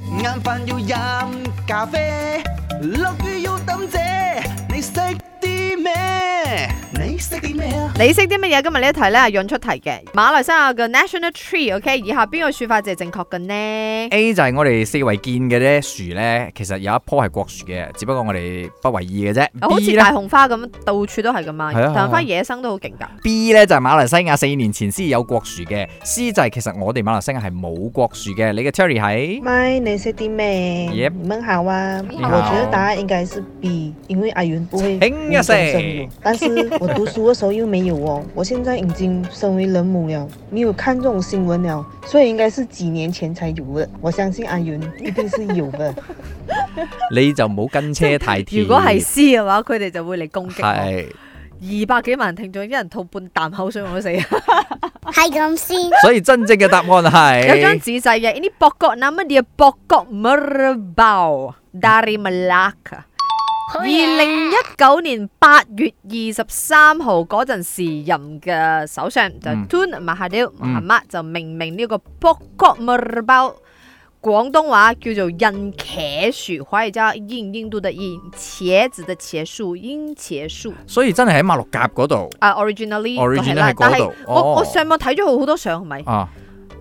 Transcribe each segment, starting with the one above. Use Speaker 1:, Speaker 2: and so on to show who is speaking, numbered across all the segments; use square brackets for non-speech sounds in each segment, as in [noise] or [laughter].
Speaker 1: 餐飯要飲咖啡，落雨要抌遮，你識啲咩？你識啲咩啊？
Speaker 2: 你識啲乜嘢？今日呢一題咧係潤出題嘅，馬來西亞嘅 National Tree，OK，、以下邊個説法就係正確嘅呢？
Speaker 3: A 就係我哋四圍見嘅咧樹咧，其實有一棵係國樹嘅，只不過我哋不為意嘅啫。
Speaker 2: 哦好
Speaker 3: B
Speaker 2: 似
Speaker 3: 咧
Speaker 2: 大紅花咁，到處都係噶嘛，
Speaker 3: 係啊係啊
Speaker 2: 大紅花野生都好勁㗎。
Speaker 3: B 咧就係馬來西亞四年前先有國樹嘅，C 就係其實我哋馬來西亞係冇國樹嘅。你嘅 Terry
Speaker 2: [laughs]
Speaker 3: 係？
Speaker 4: 麦，你是弟妹
Speaker 3: Yep
Speaker 4: 你们好啊！
Speaker 2: 你好
Speaker 4: 我觉得答案应该是 B，因为阿云不会
Speaker 3: 听呀
Speaker 4: 无中生
Speaker 3: 谁
Speaker 4: 有。但是我读书的时候又没有哦，我现在已经身为人母了，没有看这种新闻了，所以应该是几年前才有的。我相信阿云一定是有的。
Speaker 3: 你就冇跟車太貼。
Speaker 2: 如果係 C 嘅話，佢哋就會嚟攻擊我。
Speaker 3: 係
Speaker 2: 二百幾萬聽眾，一人吐半啖口水我都死。啊
Speaker 3: [laughs]
Speaker 2: 有
Speaker 5: 係咁先。
Speaker 3: 所以真正嘅答案
Speaker 2: [laughs]
Speaker 3: 係
Speaker 2: 張紙仔嘅，呢博國 nama dia pokok merbau dari Melaka。二零一九年八月二十三號嗰陣時任嘅首相就
Speaker 3: 嗯
Speaker 2: Tun Mahathir
Speaker 3: 嗯
Speaker 2: Mohamad 就命名呢個 pokok merbau。廣東話叫做印茄樹，可以叫印印度的印，茄子的茄樹，英茄樹。
Speaker 3: 所以真係喺馬六甲嗰度
Speaker 2: 啊，originally
Speaker 3: Originally
Speaker 2: 係啦
Speaker 3: 喺嗰度
Speaker 2: 但係我
Speaker 3: 哦
Speaker 2: 我上網睇咗好多相，係咪？
Speaker 3: 啊，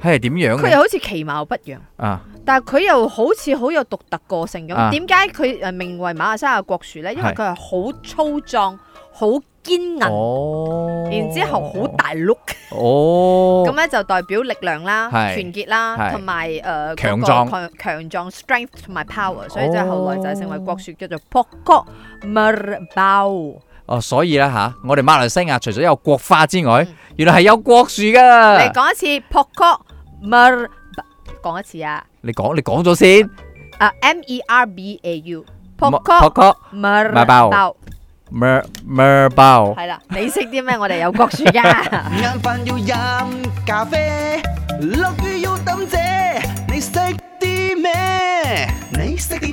Speaker 3: 係點樣
Speaker 2: 佢又
Speaker 3: 嘅
Speaker 2: 好似其貌不揚，
Speaker 3: 啊？
Speaker 2: 但係佢又好似好有獨特個性咁。
Speaker 3: 啊
Speaker 2: 點解佢誒名為馬來西亞國樹咧？因為
Speaker 3: 係
Speaker 2: 佢係好粗壯、好堅硬，
Speaker 3: 哦，
Speaker 2: 然之後好大碌，
Speaker 3: 哦，
Speaker 2: 咁咧就代表力量啦、
Speaker 3: 係
Speaker 2: 團結啦，
Speaker 3: 係
Speaker 2: 同埋誒嗰個
Speaker 3: 強壯
Speaker 2: 強強壯 strength 同埋 power，所以就
Speaker 3: 哦
Speaker 2: 後來就成為國樹叫做 Pokok Merbau。
Speaker 3: 哦，所以啦吓，我哋馬來西亞除咗有國花之外
Speaker 2: 嗯，
Speaker 3: 原來係有國樹
Speaker 2: 你
Speaker 3: 噶。
Speaker 2: 講一次 Pokok Mer，講一次啊！
Speaker 3: 你講，你講咗先。
Speaker 2: 啊 M E R B A U。
Speaker 3: Pokok
Speaker 2: Pokok Merbau
Speaker 3: Merbau mer mer 包。
Speaker 2: 係啦，你識啲咩？我哋有國樹噶。
Speaker 1: 晏飯要飲咖啡，落雨要抌遮，你識啲咩？你識啲咩？